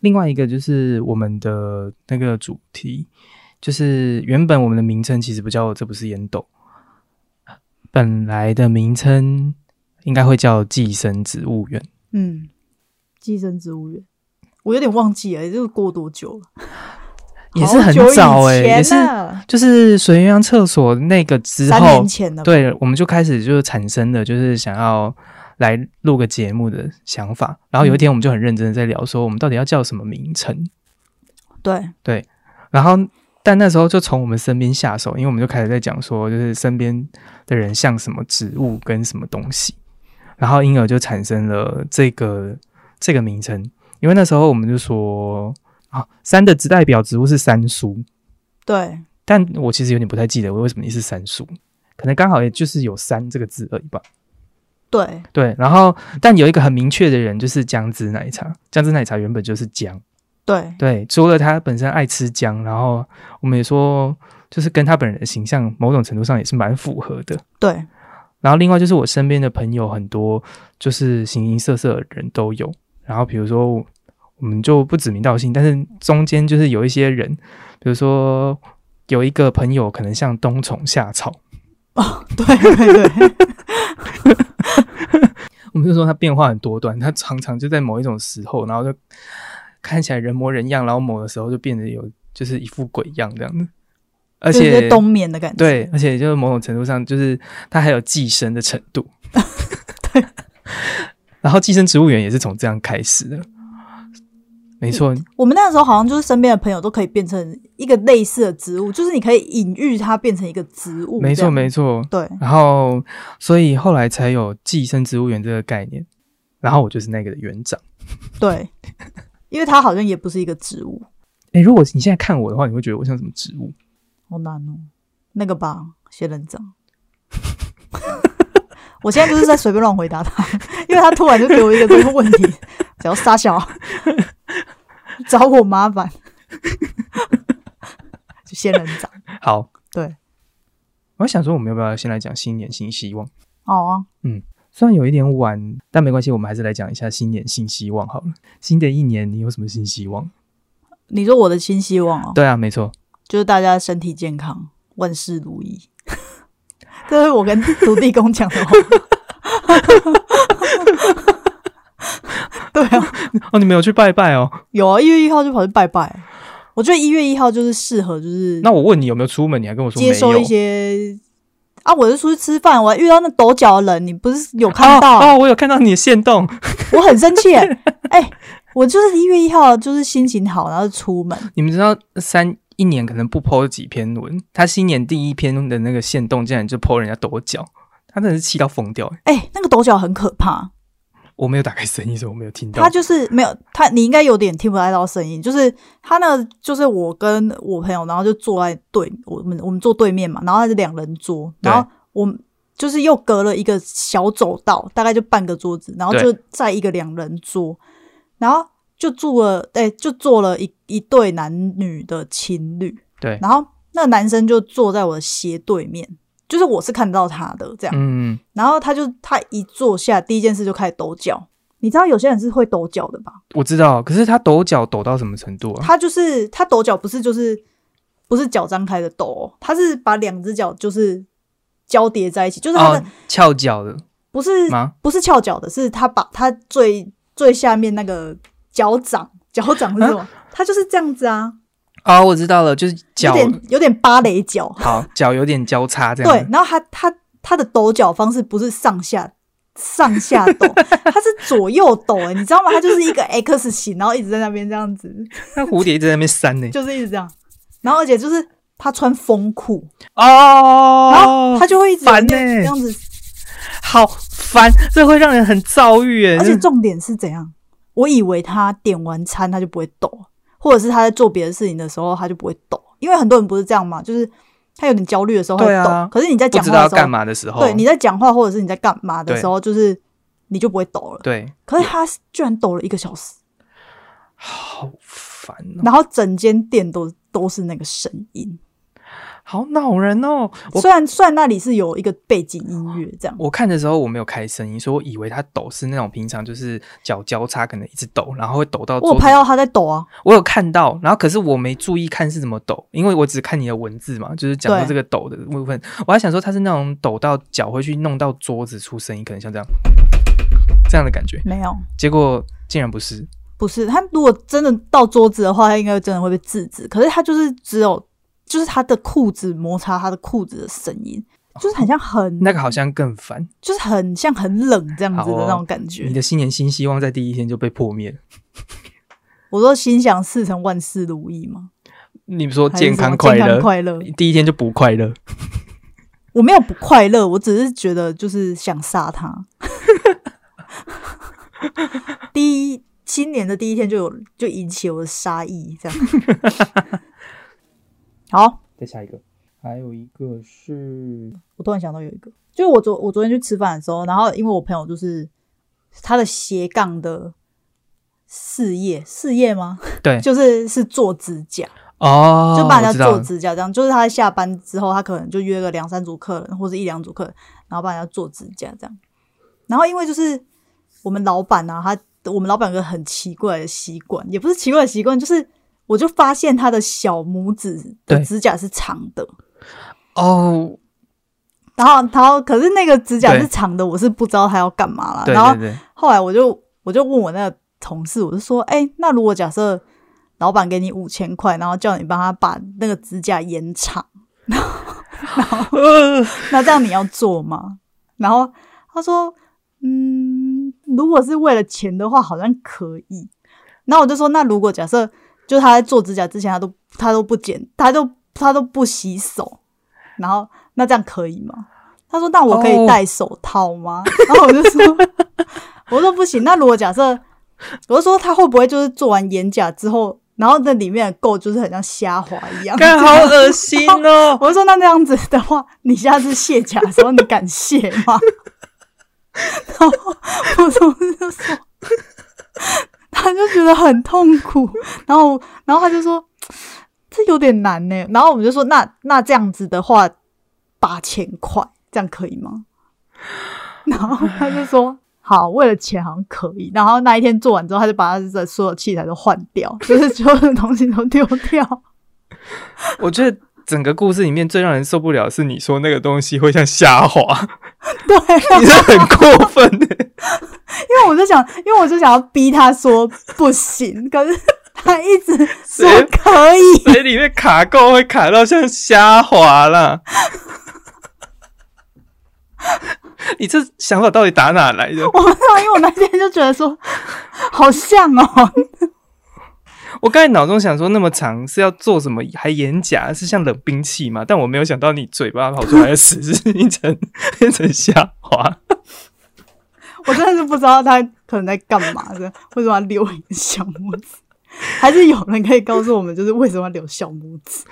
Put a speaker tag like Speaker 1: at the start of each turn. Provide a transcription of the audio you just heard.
Speaker 1: 另外一个就是我们的那个主题，就是原本我们的名称其实不叫“这不是烟斗”，本来的名称应该会叫“寄生植物园
Speaker 2: 嗯，寄生植物园，我有点忘记了，就是过多久了？”，
Speaker 1: 也是很早哎、也是
Speaker 2: 是
Speaker 1: 就是水鸳鸯厕所那个之
Speaker 2: 三
Speaker 1: 后
Speaker 2: 年，前了吧。
Speaker 1: 对，我们就开始就是产生了就是想要来录个节目的想法。然后
Speaker 2: 嗯
Speaker 1: 有一天我们就很认真的在聊说，我们到底要叫什么名称。
Speaker 2: 对，
Speaker 1: 然后，但那时候就从我们身边下手，因为我们就开始在讲说，就是身边的人像什么植物跟什么东西，然后因而就产生了这个这个名称。因为那时候我们就说啊，山的代表植物是山苏，
Speaker 2: 对，
Speaker 1: 但我其实有点不太记得为什么你是山苏，可能刚好也就是有“山”这个字而已吧。
Speaker 2: 对，
Speaker 1: 对，然后但有一个很明确的人就是姜汁奶茶，姜汁奶茶原本就是姜。
Speaker 2: 对，
Speaker 1: 对，除了他本身爱吃姜，然后我们也说，就是跟他本人的形象某种程度上也是蛮符合的。
Speaker 2: 对，
Speaker 1: 然后另外就是我身边的朋友很多，就是形形色色的人都有。然后比如说，我们就不指名道姓，但是中间就是有一些人，比如说有一个朋友可能像冬虫夏草，
Speaker 2: 哦，对对对，
Speaker 1: 我们就说他变化很多端，他常常就在某一种时候，然后就看起来人模人样，然后某的时候就变得有就是一副鬼样这样子，而
Speaker 2: 就有
Speaker 1: 且
Speaker 2: 些冬眠的感觉。
Speaker 1: 对，而且就是某种程度上，就是它还有寄生的程度。然后寄生植物园也是从这样开始的，没错，
Speaker 2: 我们那时候好像就是身边的朋友都可以变成一个类似的植物，就是你可以隐喻它变成一个植物。
Speaker 1: 没
Speaker 2: 这
Speaker 1: 错，
Speaker 2: 样
Speaker 1: 没错。
Speaker 2: 对，啊
Speaker 1: 然后，所以后来才有寄生植物园这个概念。然后我就是那个的园长。
Speaker 2: 对，因为它好像也不是一个植物，
Speaker 1: 诶，如果你现在看我的话，你会觉得我像什么植物？
Speaker 2: 好难哦。那个吧，仙人掌。 我现在就是在随便乱回答他，因为他突然就给我一个这个问题，只要傻小，找我麻烦， 就仙人掌。
Speaker 1: 好，
Speaker 2: 对，
Speaker 1: 我还想说，我们要不要先来讲新年新希望？
Speaker 2: 好啊，
Speaker 1: 虽然有一点晚，但没关系，我们还是来讲一下新年新希望好了。新的一年，你有什么新希望？
Speaker 2: 你说我的新希望哦，
Speaker 1: 对啊，没错。
Speaker 2: 就是大家身体健康，万事如意。 这是我跟土地公讲的话。哦对啊，
Speaker 1: 哦，你们有去拜拜哦？
Speaker 2: 有啊，一月一号就跑去拜拜。我觉得一月一号就是适合，就是
Speaker 1: 那我问你有没有出门，你还跟我说没有。
Speaker 2: 接收一些啊，我是出去吃饭，我还遇到那抖脚的人，你不是有看到？
Speaker 1: 哦哦，我有看到你的线动，
Speaker 2: 我很生气耶，哎、我就是一月一号就是心情好，然后就出门，
Speaker 1: 你们知道三一年可能不剖几篇文，他新年第一篇的那个线动竟然就剖人家跺脚，他真的是气到疯掉、欸。
Speaker 2: 哎、那个抖脚很可怕。
Speaker 1: 我没有打开声音，所以我没有听到
Speaker 2: 他。就是没有他，你应该有点听不太到声音。就是他那个，就是我跟我朋友，然后就坐在对我们我们坐对面嘛，然后他是两人桌，
Speaker 1: 对
Speaker 2: 然后我们就是又隔了一个小走道，大概就半个桌子，然后就在一个两人桌，然后就住了，哎、就坐了一一对男女的情侣，
Speaker 1: 对
Speaker 2: 然后那个男生就坐在我的斜对面，就是我是看到他的这样，
Speaker 1: 嗯，
Speaker 2: 然后他就他一坐下，第一件事就开始抖脚。你知道有些人是会抖脚的吧？
Speaker 1: 我知道，可是他抖脚抖到什么程度啊？
Speaker 2: 他就是他抖脚不是就是不是脚张开的抖、哦，他是把两只脚就是交叠在一起，就是他的、
Speaker 1: 哦，翘脚的
Speaker 2: 不是
Speaker 1: 吗？
Speaker 2: 不是翘脚的，是他把他最最下面那个脚掌脚掌是什么？他就是这样子啊，
Speaker 1: 哦，我知道了，就是
Speaker 2: 有
Speaker 1: 脚
Speaker 2: 点有点芭蕾脚，
Speaker 1: 好，脚有点交叉这样
Speaker 2: 对
Speaker 1: 子。，
Speaker 2: 然后他他他的抖脚方式不是上下上下抖，他是左右抖、欸，你知道吗？他就是一个 X 型，然后一直在那边这样子，
Speaker 1: 那蝴蝶一直在那边扇呢、
Speaker 2: 就是一直这样，然后而且就是他穿风裤，然后
Speaker 1: 哦
Speaker 2: 他，就会一直
Speaker 1: 烦
Speaker 2: 这
Speaker 1: 欸
Speaker 2: 样这样子，
Speaker 1: 好烦，这会让人很躁郁哎、
Speaker 2: 而且重点是怎样？我以为他点完餐他就不会抖，或者是他在做别的事情的时候他就不会抖，因为很多人不是这样嘛，就是他有点焦虑的时候会
Speaker 1: 对啊
Speaker 2: 抖，可是你在
Speaker 1: 不
Speaker 2: 讲
Speaker 1: 知道
Speaker 2: 话
Speaker 1: 要
Speaker 2: 的时
Speaker 1: 干
Speaker 2: 候，
Speaker 1: 嘛的时候，
Speaker 2: 对，你在讲话或者是你在干嘛的
Speaker 1: 对
Speaker 2: 时候，就是你就不会抖了。
Speaker 1: 对，
Speaker 2: 可是他居然抖了一个小时，
Speaker 1: 好烦哦、
Speaker 2: 然后整间店都都是那个声音，
Speaker 1: 好恼人哦！我
Speaker 2: 虽然虽然那里是有一个背景音乐这样，
Speaker 1: 我看的时候我没有开声音，所以我以为他抖是那种平常就是脚交叉可能一直抖，然后会抖到
Speaker 2: 我有
Speaker 1: 桌子
Speaker 2: 拍到他在抖啊，
Speaker 1: 我有看到，然后可是我没注意看是怎么抖，因为我只看你的文字嘛，就是讲到
Speaker 2: 对
Speaker 1: 这个抖的部分，我还想说他是那种抖到脚会去弄到桌子出声音，可能像这样这样的感觉，
Speaker 2: 没有，
Speaker 1: 结果竟然不是，
Speaker 2: 不是他如果真的到桌子的话，他应该真的会被制止。可是他就是只有就是他的裤子摩擦他的裤子的声音，就是很像很
Speaker 1: 那个好像更烦。
Speaker 2: 就是很像很冷这样子
Speaker 1: 好
Speaker 2: 的
Speaker 1: 哦
Speaker 2: 那种感觉。
Speaker 1: 你的新年新希望在第一天就被破灭了。
Speaker 2: 我说心想事成，万事如意嘛，
Speaker 1: 你们说
Speaker 2: 还是
Speaker 1: 健
Speaker 2: 什
Speaker 1: 康
Speaker 2: 么
Speaker 1: 快
Speaker 2: 健康
Speaker 1: 乐，
Speaker 2: 快乐。
Speaker 1: 第一天就不快乐，
Speaker 2: 我没有不快乐，我只是觉得就是想杀他。第一新年的第一天就有就引起我的杀意，这样。 好，
Speaker 1: 再下一个，还有一个是
Speaker 2: 我突然想到有一个，就是我昨我昨天去吃饭的时候，然后因为我朋友就是他的斜杠的事业，事业吗？
Speaker 1: 对
Speaker 2: 就是是做指甲，
Speaker 1: 哦，
Speaker 2: 就帮人
Speaker 1: 我知
Speaker 2: 家
Speaker 1: 道
Speaker 2: 做
Speaker 1: 了
Speaker 2: 指甲，这样就是他下班之后，他可能就约个两三组客人或者一两组客人，然后帮人家做指甲这样。然后因为就是我们老板啊，他我们老板有个很奇怪的习惯，也不是奇怪的习惯，就是我就发现他的小拇指的
Speaker 1: 对
Speaker 2: 指甲是长的，
Speaker 1: 哦，
Speaker 2: 然后然后可是那个指甲
Speaker 1: 对
Speaker 2: 是长的，我是不知道他要干嘛啦。
Speaker 1: 对
Speaker 2: 啊然后
Speaker 1: 对对，
Speaker 2: 后来我就我就问我那个同事，我就说，哎、那如果假设老板给你五千块，然后叫你帮他把那个指甲延长，
Speaker 1: 呃
Speaker 2: 那这样你要做吗？然后他说，嗯，如果是为了钱的话，好像可以。然后我就说，那如果假设就他在做指甲之前，他都他都不剪，他都他都不洗手，然后那这样可以吗？他说，那我可以
Speaker 1: 哦
Speaker 2: 戴手套吗然后我就说， 我说不行。那如果假设，我就说他会不会就是做完眼甲之后，然后那里面的垢就是很像虾滑一样？
Speaker 1: 干好恶心 哦！
Speaker 2: 我就说那那样子的话，你下次卸甲的时候，你敢卸吗？然后我同事就说，他就觉得很痛苦，然后然后他就说这有点难呢。然后我们就说那那这样子的话，八千块这样可以吗？然后他就说。好，为了钱好像可以。然后那一天做完之后，他就把他的所有器材都换掉，就是所有的东西都丢掉。
Speaker 1: 我觉得整个故事里面最让人受不了的是你说那个东西会像虾滑，
Speaker 2: 对，
Speaker 1: 你是很过分欸 的。
Speaker 2: 因为我就想，因为我就想要逼他说不行，可是他一直说
Speaker 1: 谁
Speaker 2: 可以。
Speaker 1: 所以里面卡垢会卡到像虾滑 啦。你这想法到底打哪来的？
Speaker 2: 我不知道，因为我那天就觉得说好像哦，
Speaker 1: 我刚才脑中想说那么长是要做什么？还演假是像冷兵器吗？但我没有想到你嘴巴跑出来的屎是 一层变成虾滑。
Speaker 2: 我真的是不知道他可能在干嘛的，为什么要留一个小拇指？还是有人可以告诉我们，就是为什么要留小拇指？